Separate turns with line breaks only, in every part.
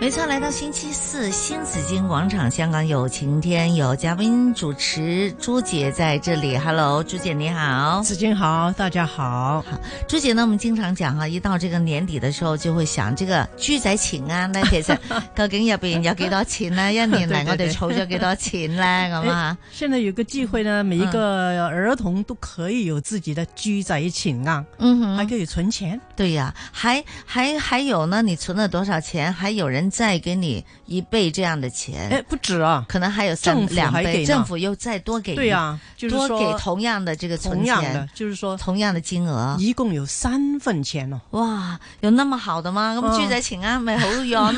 没错，来到星期四，新紫金广场，香港有晴天，有嘉宾主持朱姐在这里。Hello，朱姐你好。
子君好，大家好。
朱姐呢，我们经常讲哈，一到这个年底的时候，就会想这个豬仔錢罌咧，啊 其實究竟入邊有幾多錢咧？一年嚟我哋儲咗幾多錢咧？咁啊，
哎
嗯
现在有个机会呢，每一个儿童都可以有自己的猪仔钱啊，
嗯哼
还可以存钱。
对呀、还还还有呢，你存了多少钱？还有人再给你一倍这样的钱，
哎，不止啊，
可能还有
政
三
府
两
还给
倍，
呢
政府又再多给一，
对呀，就是
多给
说
同样的这个存
同样的嗯
钱，，啊
就是说
同样的金额。
一共有三份钱哦。
哇，有那么好的吗？
嗯
咁猪仔情啊，咪好 用，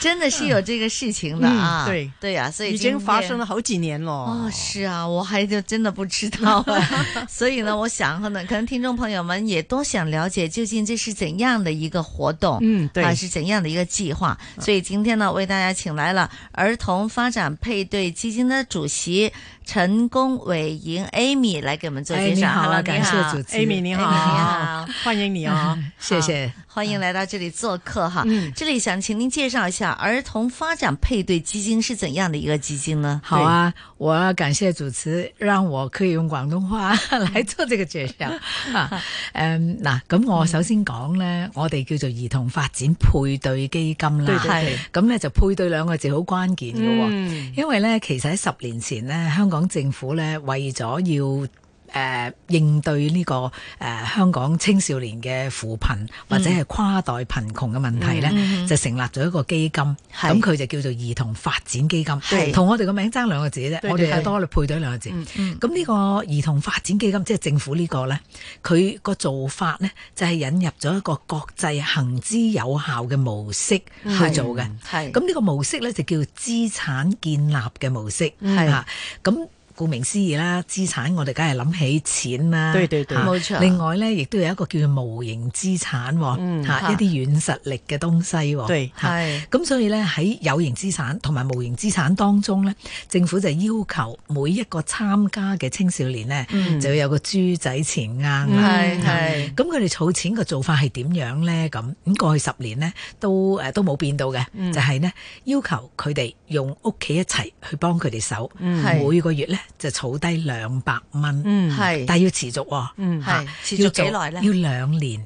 真的是有这个事情的啊！
嗯对
对呀、所以
已
今
经
天
发生了。好几年了。
哦，是啊，我还就真的不知道 啊，所以呢，我想呢，可能听众朋友们也都想了解究竟这是怎样的一个活动，
嗯，对
啊，，是怎样的一个计划？
嗯
所以今天呢，为大家请来了儿童发展配对基金的主席陈功伟莹 Amy 来给我们做介
你
绍。
好
Hello，
啊，
你
感谢
好
主持哎哦
Amy 你好
Amy，你好
欢迎你啊。
谢谢。
欢迎来到这里做客哈。
嗯
这里想请您介绍一下儿童发展配对基金是怎样的一个基金呢？
好啊，我要感谢主持，让我可以用廣東 話嚟做呢個介紹啊。誒嗱，咁我首先講咧，我哋叫做兒童發展配對基金
對
啦。
對對
係
咁咧就配對兩個字好關鍵嘅喎。
嗯，
因為咧，其實喺十年前咧，香港政府咧為咗要誒、呃、應對呢、個誒、呃香港青少年嘅扶貧或
嗯
者係跨代貧窮嘅問題咧，就成立咗一個基金，
係
咁佢就叫做兒童發展基
係
金，同我哋個名爭兩個字啫，
對
我
對
哋係多咗配對兩個字。
嗯
嗯
咁呢個兒童發展基金即係政府呢個呢，佢個做法呢，就係引入咗一個國際行之有效嘅模式去
嗯
做嘅。
係
咁呢個模式咧就叫資產建立嘅模式，
係
嚇咁。顧名思義啦，資產我哋梗係諗起錢啦，
對對對
嚇
冇錯
另外咧，亦都有一個叫做無形資產喎，
嗯
嚇
嚇
一啲軟實力嘅東西喎，
對
嚇
係
咁所以咧喺有形資產同埋無形資產當中咧，政府就要求每一個參加嘅青少年咧，
嗯
就要有個豬仔錢罌啊啦。
係
嗯
係
咁佢哋儲錢嘅做法係點樣咧？咁咁過去十年咧都誒都冇變到嘅，
嗯
就係咧要求佢哋用屋企一齊去幫佢哋手，
嗯
係
每個月咧就儲低兩百蚊，
嗯，
係
但係要持續喎，
嗯，
係持
要
續
做
幾耐咧？
要兩年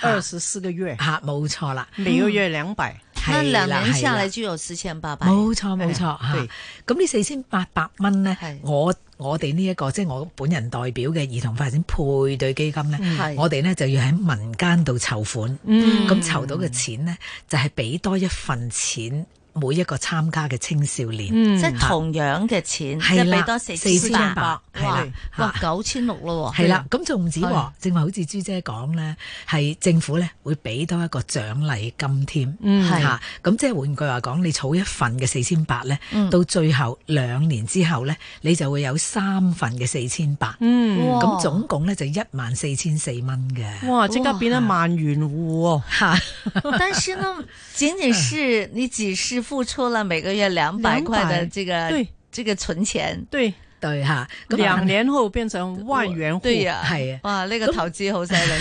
二十四个
啊
月，
嚇，冇錯啦，
每個月兩百。
那
係
啊兩
啦
年下
係啦
來就有四千八百。
冇錯冇
對
錯嚇，咁呢四千八百蚊咧
啊係，
我我哋呢一個即係我本人代表嘅兒童發展配對基金咧
嗯，
係
我哋咧就要喺民間度籌款。
嗯
咁籌到嘅錢呢，就係俾多一份錢每一個參加嘅青少年。
嗯
即係同樣嘅錢，即
係啦
係俾多四千八百，哇
4,800係啦
哇九千六咯喎，
係啦，咁仲唔止
係
喎？正話好似朱姐講呢，係政府呢會俾多一個獎勵金添。
嗯
係
嚇咁即係換句話講，你儲一份嘅四千八呢，
嗯
到最後兩年之後呢，你就會有三份嘅四千八。
嗯，
哇
咁總共呢，就一萬四千四蚊嘅。
哇，即刻變咗萬元户哦喎。
嚇！
但是呢， 僅僅是你只是付出了每個月兩百塊的這個
對
這個存錢，
對，
對嚇，咁
兩年後變成萬元户。
對呀，
係啊
哇，呢個投資好犀利，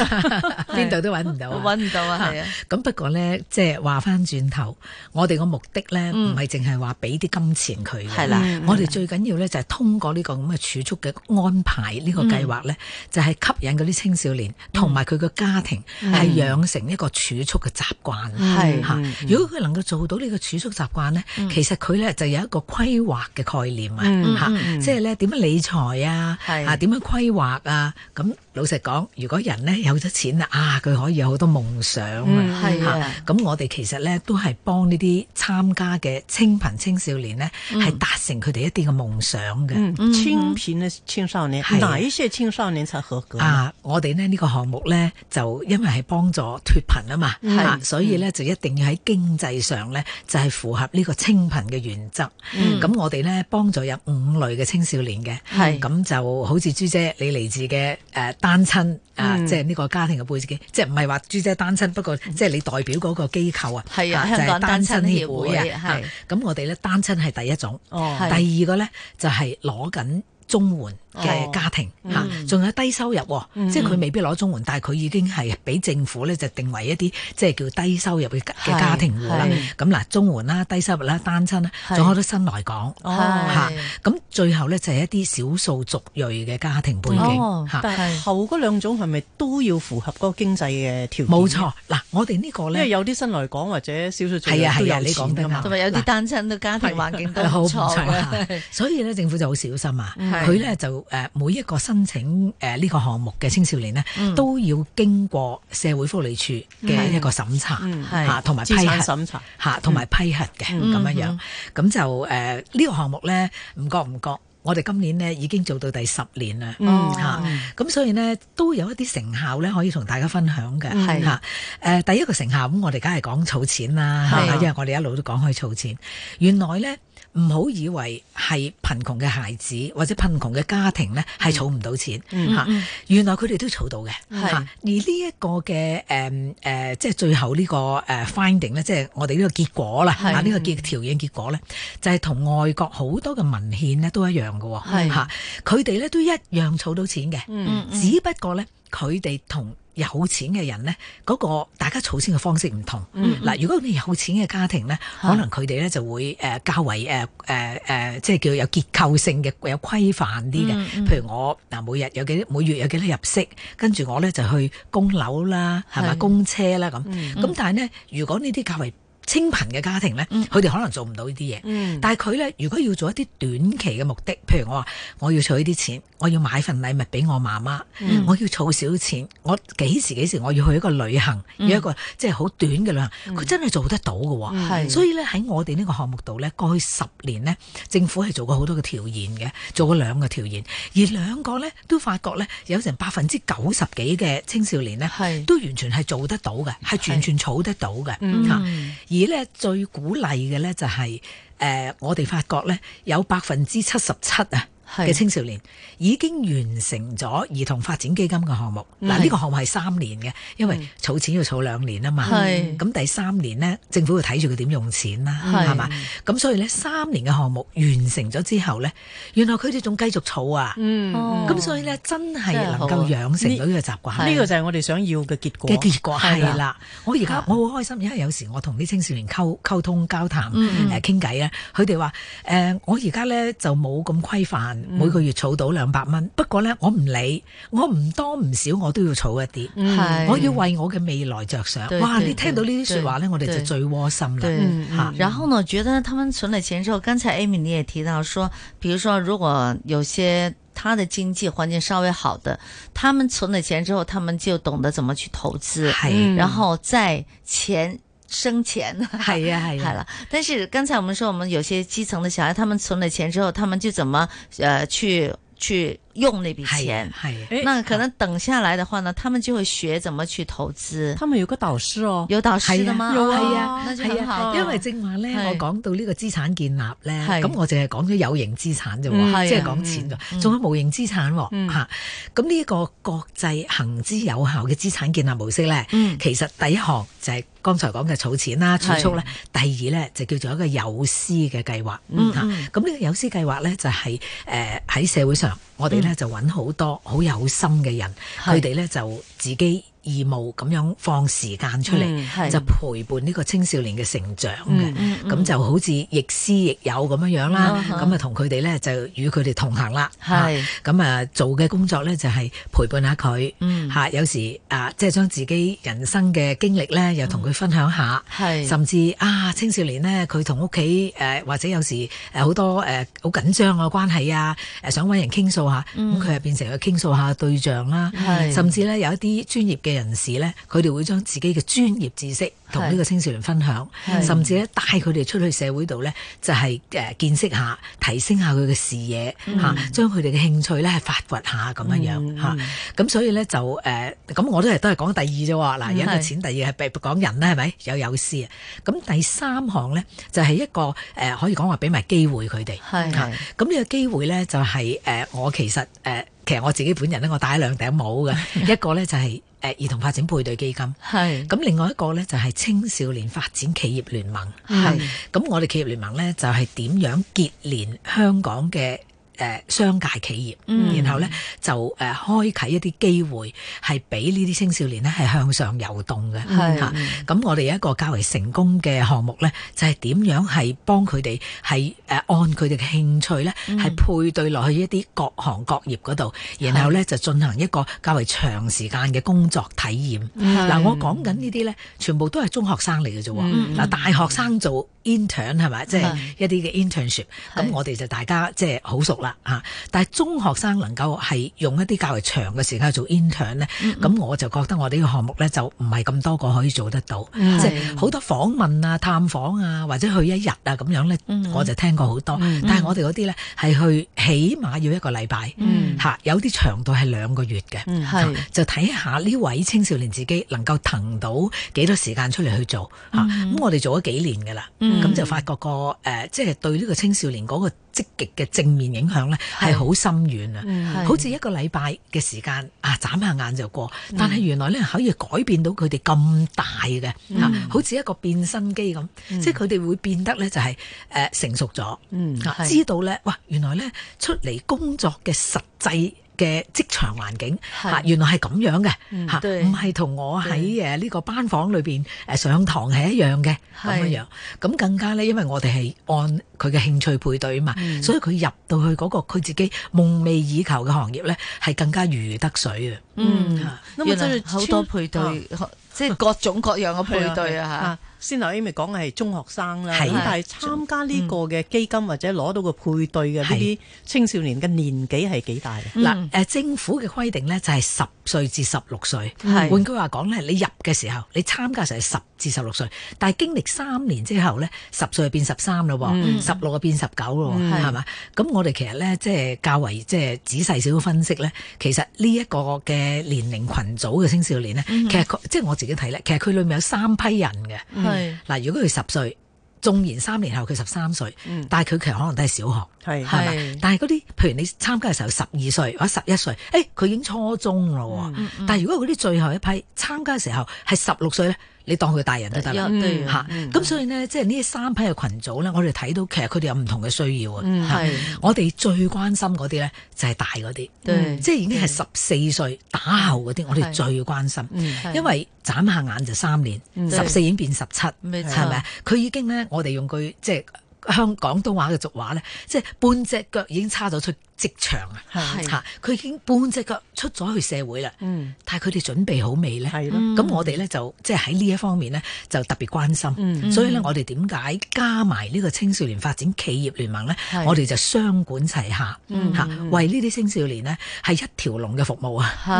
邊度都揾唔到啊。
揾唔到啊，係啊，
咁不過咧，即係話翻轉頭，我哋個目的咧，
嗯
唔係淨係話俾啲金錢佢嘅，
係啦
嗯
我哋最緊要咧就係通過呢個咁嘅儲蓄嘅安排呢
嗯
個計劃咧，就係吸引嗰啲青少年同埋佢個家庭
嗯
係養成一個儲蓄嘅習慣。
係
嚇
嗯嗯
如果佢能夠做到呢個儲蓄習慣咧，其實佢咧就有一個規劃嘅概念啊，
嗯
嚇
嗯嗯
嗯
即係咧點樣理財啊，
係
啊點樣規劃啊，咁老實講，如果人咧有咗錢啦，啊佢可以有好多夢想啊。
嗯
係啊，
咁我哋其實咧都係幫呢啲參加嘅清貧青少年咧，
嗯
係達成佢哋一啲嘅夢想嘅。
嗯，清貧的青少年，
係
哪一些青少年才合格呢？
啊！我哋呢呢個項目咧，就因為係幫助脱貧啊嘛，
嗯係
啊所以咧就一定要喺經濟上咧就係符合呢個清貧嘅原則。
嗯
咁我哋咧幫助有五類嘅青少年嘅，
係
咁就好似朱姐你嚟自嘅誒呃單親啊，
嗯
即係呢個家庭嘅背景，即係唔係話朱姐單親，不過即係你代表嗰個機構啊，
嗯係啊
就
香港
係
單
單
親
親
協
協
會
會啊，
係
啊咁我哋咧單親係第一種。
哦
係
第二個咧就係攞緊綜援嘅家庭
哦
嚇
嗯，
仲有低收入喎，
嗯
即係佢未必攞綜援，但係佢已經係俾政府咧就定為一啲即係叫低收入嘅家嘅家庭戶啦
係。
咁嗱，綜援啦、低收入啦、單親啦，
係
仲有好多新來港。
哦
嚇
係
咁最後咧就係一啲少數族裔嘅家庭
哦
背景嚇，
但係後嗰兩種係咪都要符合嗰個經濟嘅條件？
冇，錯。嗱，我哋呢個
因
咧
為。有啲新來港或者少數族裔
係啊
都
係啊
有
你講
錢
得
㗎嘛
啱
同埋有啲單親嘅家庭環境都
好
唔
唔
錯
錯啊
嘅，
嚇， 所以咧政府就好小心啊。
係
佢咧就誒每一個申請誒呢個項目嘅青少年咧
嗯，
都要經過社會福利署嘅一個審查
嗯
係
嚇，同埋批
資產
核
審查，
嚇，同埋批核嘅
嗯
咁樣樣。咁就誒呢個項目咧，唔覺唔覺，我哋今年咧已經做到第十年啦。
嗯
嚇啊咁所以咧都有一啲成效咧，可以同大家分享嘅
嗯
係
嚇。誒第一個成效咁，我哋梗係講儲錢啦，
係
係嘛因為我哋一路都講去儲錢。原來咧唔好以為係貧窮嘅孩子或者貧窮嘅家庭咧係儲唔到錢
嗯
嚇，原來佢哋都儲到嘅
係
嚇。而呢一個嘅誒誒，即係最後呢個誒 finding 咧，即係我哋呢個結果啦
係
嚇，呢個結條件結果咧，就係同外國好多嘅文獻咧都一樣嘅
係
喎嚇。啊佢哋咧都一樣儲到錢嘅。
嗯
只不過咧，佢哋同有錢嘅人咧，嗰、個大家儲錢嘅方式唔同。
嗯
嗱、如果你有錢嘅家庭咧，
嚇
可能佢哋咧就會誒、呃、較為誒誒誒，即係叫有結構性嘅、有規範啲嘅。
嗯嗯
譬如我嗱、每日有幾多，每月有幾多入息，跟住我咧就去供樓啦，係咪
係
供車啦咁。咁、
嗯
但係咧，如果呢啲較為清貧嘅家庭咧，
嗯
佢哋可能做唔到呢啲嘢。
嗯
但係佢咧，如果要做一啲短期嘅目的，譬如我話我要儲呢啲錢，我要買份禮物俾我媽媽，
嗯
我要儲少錢，我幾時幾時我要去一個旅行，要一個即係好短嘅旅行，佢真係做得到嘅喎。
係
所以咧喺我哋呢個項目度咧，過去十年咧，政府係做過好多嘅調研嘅，做過兩個調研，而兩個咧都發覺咧有成百分之九十幾嘅青少年咧
係
都完全係做得到嘅，係完全儲得到嘅
嗯
嚇。而咧最鼓勵嘅咧就係、呃我哋發覺咧有百分之七十七啊
係
嘅青少年已經完成咗兒童發展基金嘅項目。嗱
嗯係嗯
呢個項目係三年嘅，因為儲錢要儲兩年啊嘛。
係
咁第三年咧，政府會睇住佢點用錢啦，
係
係嘛？咁所以咧三年嘅項目完成咗之後咧，原來佢哋仲繼續儲啊。
嗯
哦
嗯
咁所以咧真
真係
係能
好啊
夠養成到呢個習慣。
呢個就係我哋想要嘅結果
嘅。結果
係啦
係啦。我而家
啊
我好開心，因為有時我同啲青少年溝溝通交談
嗯
誒傾偈啊，佢哋話誒我而家咧就冇咁規範，
嗯
每個月儲到兩百蚊。不過咧我唔理，我唔多唔少我都要儲一啲。
嗯
係
我要為我嘅未來着想
對。
哇！
對
你聽到呢啲
對
説話咧，我哋
對
就最窩心
對
啦。
嗯
嚇
啊然后呢，我觉得他们存了钱之后，刚才 Amy 你也提到说，比如说如果有些他的经济环境稍微好的，他们存了钱之后，他们就懂得怎么去投资，
係
嗯
然后在钱生钱。
係啊係
好
啊，
了，但是刚才我们说，我们有些基层的小孩，他们存了钱之后，他们就怎么呃去去用那笔
係
钱
啊？係啊。
誒
那可能等下来的话呢，他们就会学怎么去投资。
他們有個導師哦，
有导师的吗？
有啊
哦
有啊
那就
係
很好
啊。
因為正話咧，
係
我講到呢個資產建立咧，
係
咁我淨係講咗有形資產啫
嗯係啊
喎，即係講錢
嗯
㗎，仲有無形資產
嗯
喎嚇。咁呢一個國際行之有效嘅資產建立模式咧
嗯，
其實第一項就係剛才講嘅儲錢啦、儲蓄
係
咧，第二咧就叫做一個有私嘅計劃
嗯
嚇。
嗯
咁呢個有私計劃咧就係誒喺社會上，我哋咧就揾好多好有心嘅人，
係
佢哋咧就自己義務咁樣放時間出嚟。
嗯
係
就陪伴呢個青少年嘅成長嘅，咁、
嗯嗯
就好似亦師亦友咁樣樣啦，
嗯
咁啊同佢哋咧就與佢哋同行啦，
係
嚇咁啊做嘅工作咧就係、陪伴下佢，嚇、
嗯
有時啊即係將自己人生嘅經歷咧又同佢分享下。
係
甚至啊，青少年呢，佢同屋企誒或者有時誒好多誒好緊張嘅關係啊，
嗯
誒想揾人傾訴下，咁佢又變成個傾訴下嘅對象啦。
係
甚至咧有一啲專業嘅人士咧，佢哋會將自己嘅專業知識同呢個青少年分享，甚至咧帶佢哋出去社會度咧，就係誒見識下，提升下佢嘅視野嚇，將佢哋嘅興趣咧係發掘下咁樣樣嚇。咁所以咧就誒，咁我都係都係講第二啫喎。嗱，有一個錢，第二係俾講人啦，係咪有有私啊？咁第三項咧就係一個誒，可以講話俾埋機會佢哋。
係
嚇咁呢個機會咧就係、呃我其實誒、呃其實我自己本人咧，我戴咗兩頂帽 嘅，一個咧就係、呃兒童發展配對基金，
係
咁另外一個咧就係、青少年發展企業聯盟。
係
咁我哋企業聯盟咧就係、點樣結連香港嘅誒商界企業，
嗯
然後咧就誒、呃、開啓一啲機會，係俾呢啲青少年咧係向上游動嘅
係嗯
嚇咁我哋有一個較為成功嘅項目咧，就係、點樣係幫佢哋係誒按佢哋嘅興趣咧，係、配對落去一啲各行各業嗰度，然後咧就進行一個較為長時間嘅工作體驗。
嗯
係
嗱，我講緊呢啲咧，全部都係中學生嚟嘅啫喎。
嗯
嗱，大學生做 intern 係咪？即係
係
一啲嘅 internship，
係
咁我哋就大家即係好熟啦嚇。但係中學生能夠係用一啲較為長嘅時間去做 intern 咧，咁我就覺得我哋呢個項目咧就唔係咁多個可以做得到，
嗯
即係好多訪問啊、探訪啊，或者去一日啊咁樣咧，我就聽過好多。但係我哋嗰啲咧係去起碼要一個禮拜
嗯
嚇，有啲長度係兩個月嘅。
係
就睇下呢位青少年自己能夠騰到幾多時間出嚟去做嚇。咁、我哋做咗幾年㗎啦，咁、
嗯
就發覺個誒、呃即係對呢個青少年嗰個積極嘅正面影響咧係好深遠啊。
嗯係
好似一個禮拜嘅時間啊，眨下眼就過，
嗯
但係原來咧可以改變到佢哋咁大嘅嚇、
嗯
好似一個變身機咁，即係佢哋會變得咧就係、誒成熟咗，
嗯
啊
係
知道咧哇原來咧出嚟工作嘅實際。嘅職場環境
係嗯
嚇，原來係咁樣嘅嚇，
對
唔係同我喺誒呢個班房裏邊誒上堂係一樣嘅咁
係
樣樣。咁更加咧，因為我哋係按佢嘅興趣配對啊嘛，
嗯
所以佢入到去嗰個佢自己夢寐以求嘅行業咧，係更加如魚得水啊！
嗯，
啊
那麼
原
就
來
是
好多
青
配
啊
對，即係各種各樣嘅配對啊
先頭 Amy 講係中學生啦，
係
咁但係參加呢個嘅基金或者攞到個配對嘅呢
係
啲青少年嘅年紀係幾大嘅？啊
嗯
嗱，誒政府嘅規定咧就係十歲至十六歲，
係
換句話講咧，你入嘅時候，你參加嘅時候係十至十六歲，但係經歷三年之後咧，十歲就變十三咯
嗯
喎，十六就變十九咯
嗯
喎，係嘛？咁我哋其實咧即係較為即係仔細少少分析咧，其實呢一個嘅年齡群組嘅青少年咧，其實佢即係我自己睇咧，其實佢裏面有三批人嘅。
嚇，係
嗱，如果佢十歲，縱然三年後佢十三歲，但係佢其實可能都係小學。
係
係
係
咪？但係嗰啲，譬如你參加嘅時候十二歲或者十一歲，誒、佢已經初中咯
嗯
喎。但係如果嗰啲最後一批參加嘅時候係十六歲咧，你當佢大人都嗯得啦
有對啊嗯
嚇。咁、所以呢，即係呢三批嘅群組咧，我哋睇到其實佢哋有唔同嘅需要啊。嚇
嗯係嗯
我哋最關心嗰啲咧就係大嗰啲，
對
嗯
嗯
即係已經係十四歲打後嗰啲，我哋最關心，
嗯係嗯
因為眨下眼就三年，
對
十四已經變十七，
沒錯
係咪？啊佢已經咧，我哋用句即係香廣東話嘅俗話咧，即係半隻腳已經叉咗出職場啊！
係
嚇佢已經半隻腳出咗去社會啦，
嗯
但係佢哋準備好未咧？
係咯，
咁我哋咧就即係喺呢一方面咧就特別關心，
嗯
所以咧我哋點解加埋呢個青少年發展企業聯盟咧
係，嗯
我哋就雙管齊下嚇，為呢啲青少年咧係一條龍嘅服務啊，
係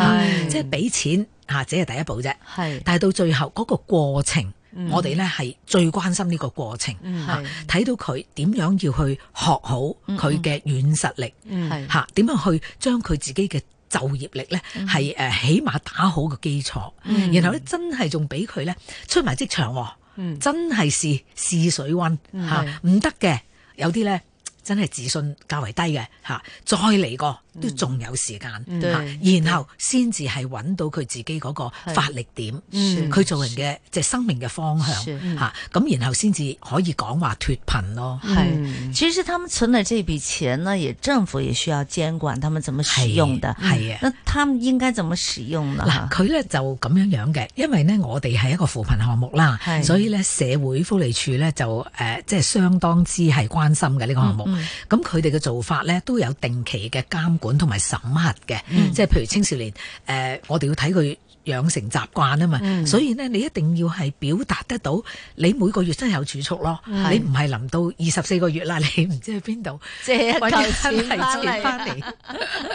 嚇即係俾錢嚇只係第一步啫，
係嗯
但係到最後嗰個過程，我哋咧係最關心呢個過程嚇
係，嗯
睇到佢點樣要去學好佢嘅軟實力。
係
嗯嚇點樣去將佢自己嘅就業力咧
嗯
係誒起碼打好個基礎，然後咧真係仲俾佢咧出埋職場喎，
嗯
真係試試水温嚇唔得嘅，有啲咧。真係自信較為低嘅嚇，再嚟過都仲有時間
嗯對
嚇，然後先至係揾到佢自己嗰個
係嗯
發力點，嗯
是
佢做人嘅即係生命嘅方向
是
嚇，咁然後先至可以講話脫貧咯。
嗯係，其實他們存的這筆錢呢，也政府也需要監管他們怎麼使用的。
係啊。
那他們應該怎麼使用呢？
嗱，佢咧就咁樣樣嘅，因為咧我哋係一個扶貧項目啦
係，
所以咧社會福利署咧就誒、呃即係相當之係關心嘅呢、個項目。嗯咁佢哋嘅做法咧都嗯有定期嘅監管同埋審核嘅，即係譬如青少年誒、呃我哋要睇佢。養成習慣啊嘛，所以咧你一定要係表達得到你每個月真係有儲蓄咯，
係
你唔係臨到二十四個月啦， 你唔知去邊度
借一
揾
嚿
一
錢
筆
翻
錢
嚟。啊
翻嚟，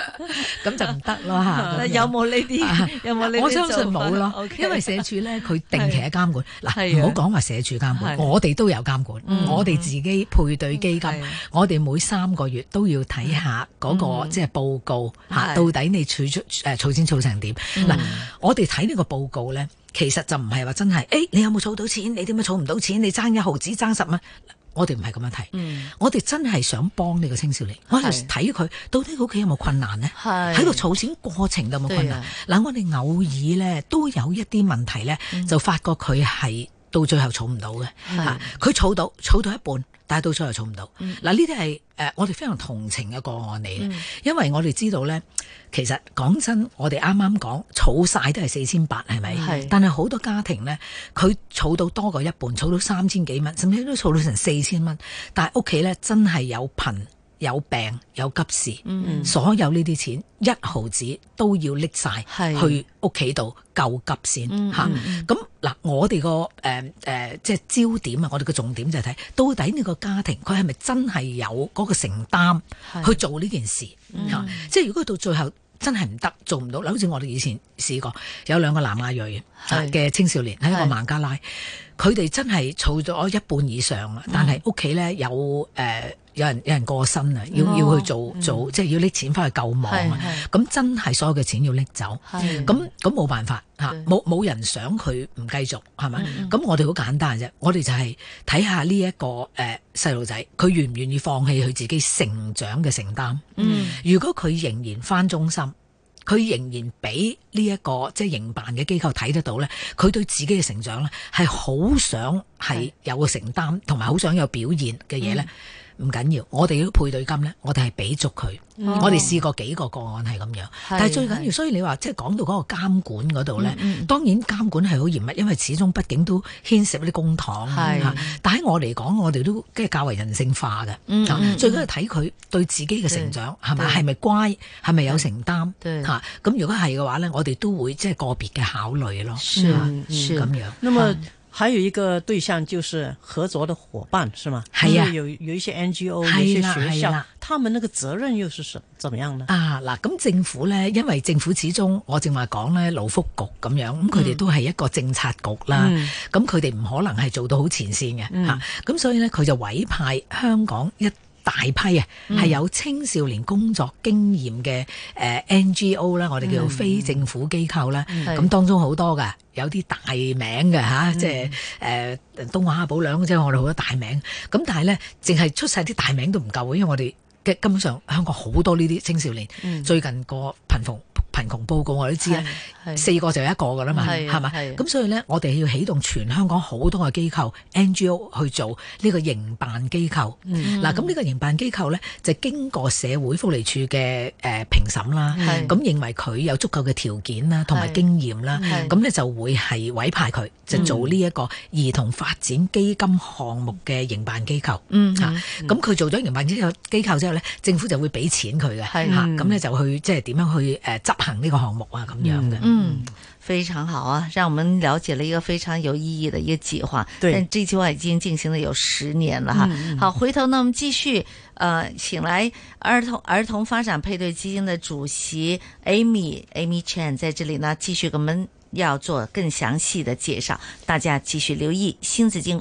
咁就唔得咯啊 嚇。咁樣啊
有冇呢啲？有冇呢啲？啊
我相信冇咯
OK，
因為社署咧佢定期嘅監管，嗱
係啊
唔好講話社署監管，
係嗯
我哋都有監管，我哋自己配對基金
係，啊
我哋每三個月都要睇下嗰個即係報告
嗯係嗯
嚇，到底你儲出誒儲錢儲成點？嗱，我哋睇呢個報告咧，其實就唔係話真係，誒你有冇儲到錢？你點解儲唔到錢？你爭一毫子爭十蚊？我哋唔係咁樣睇，我哋真係想幫呢個青少年，我哋
嗯係
睇佢到底佢屋企有冇困難呢？
係
喺個儲錢過程度有冇困難
對啊？
嗱，我哋偶爾咧都有一啲問題咧，就發覺佢係到最後儲唔到嘅
嗯係嗯
嚇，佢儲到儲到一半，但係到最後儲唔到。嗱，呢啲係誒我哋非常同情嘅個案嚟嘅，因為我哋知道咧，其實講真，我哋啱啱講儲晒都係四千八，係咪
嗯係？
但係好多家庭咧，佢儲到多過一半，儲到三千幾蚊，甚至都儲到成四千蚊，但係屋企咧真係有貧。有病有急事，
嗯
所有呢啲錢一毫子都要拎晒
係
去屋企度救急先
嗯
嚇
嗯。
咁嗱，我哋個誒誒即係焦點啊，我哋個重點就係睇到底呢個家庭佢係咪真係有嗰個承擔
係嗯
去做呢件事嚇？即係如果到最後。真係唔得，做唔到。嗱好似我哋以前試過，有兩個南亞裔
係
嘅青少年喺一個
係
孟加拉，佢哋真係儲咗一半以上
嗯
啦，但係屋企咧有誒、呃有人有人過身啊，要
哦
要去做做，即係要拎錢翻去救亡啊
係係！
咁真係所有嘅錢要拎走，
係
咁咁冇辦法嚇，
對
冇冇人想佢唔繼續係咪？咁、我哋好簡單啫，我哋就係睇下呢、一個誒細路仔，佢願唔願意放棄佢自己成長嘅承擔。
嗯
如果佢仍然翻中心，佢仍然俾呢一個即係營辦嘅機構睇得到咧，佢對自己嘅成長咧係好想係有個承擔，同埋好想有表現嘅嘢咧。唔緊要，我哋啲配對金咧，我哋係俾足佢。
哦
我哋試過幾個個案係咁樣，但係最緊要，
係
所以你話即係講到嗰個監管嗰度咧
嗯嗯，
當然監管係好嚴密，因為始終畢竟都牽涉啲公帑
係
嚇但喺我嚟講，我哋都即係較為人性化嘅。
嗯
啊
嗯
最緊要睇佢對自己嘅成長係咪
對
係咪乖，係咪有承擔
對
嚇？咁如果係嘅話咧，我哋都會即係個別嘅考慮咯，
是
啊
是
咁樣。
那么还啊有一个对象就是合作的伙伴，是吗？
是呀
就是有有一些 NGO，有
是啦
一些学
是
校
啦，
他们那个责任又是什怎么样呢？
啊嗱，咁政府咧，因為政府始終我正話講咧，勞福局咁樣，咁佢哋都係一個政策局啦
嗯，
咁佢哋唔可能係做到好前線嘅
嗯
嚇，咁、所以咧佢就委派香港一。大批啊，
嗯
係有青少年工作經驗嘅誒、呃 NGO 啦，我哋
嗯
叫非政府機構啦，咁、
係
當中好多㗎，有啲大名嘅嚇、
嗯
即係誒、呃、東華保良，即係我哋好多大名。咁但係咧，淨係出晒啲大名都唔夠嘅，因為我哋嘅根本上香港好多呢啲青少年，最近個貧窮貧窮報告我都知啦，
嗯係係
四個就有一個噶啦嘛，
係
係嘛？
係
咁所以咧，我哋要起動全香港好多嘅機構 NGO 去做呢個營辦機構。
嗯
嗱，咁呢個營辦機構咧就經過社會福利署嘅誒評審啦，
係
咁認為佢有足夠嘅條件啦，同埋
係
經驗啦
係，嗯
咁咧就會係委派佢就做呢一個兒童發展基金項目嘅營辦機構。
嗯
嚇咁佢做咗營辦機構機構之後咧，政府就會俾錢佢嘅嚇，
係
咁咧就去即係點樣去誒執行呢個項目啊咁樣嘅。
嗯，非常好啊，让我们了解了一个非常有意义的一个计划。
对
但这计划已经进行了有十年了哈。
嗯
好，回头呢，我们继续呃，请来儿童儿童发展配对基金的主席 Amy Amy Chan 在这里呢，继续给我们要做更详细的介绍，大家继续留意新紫金广。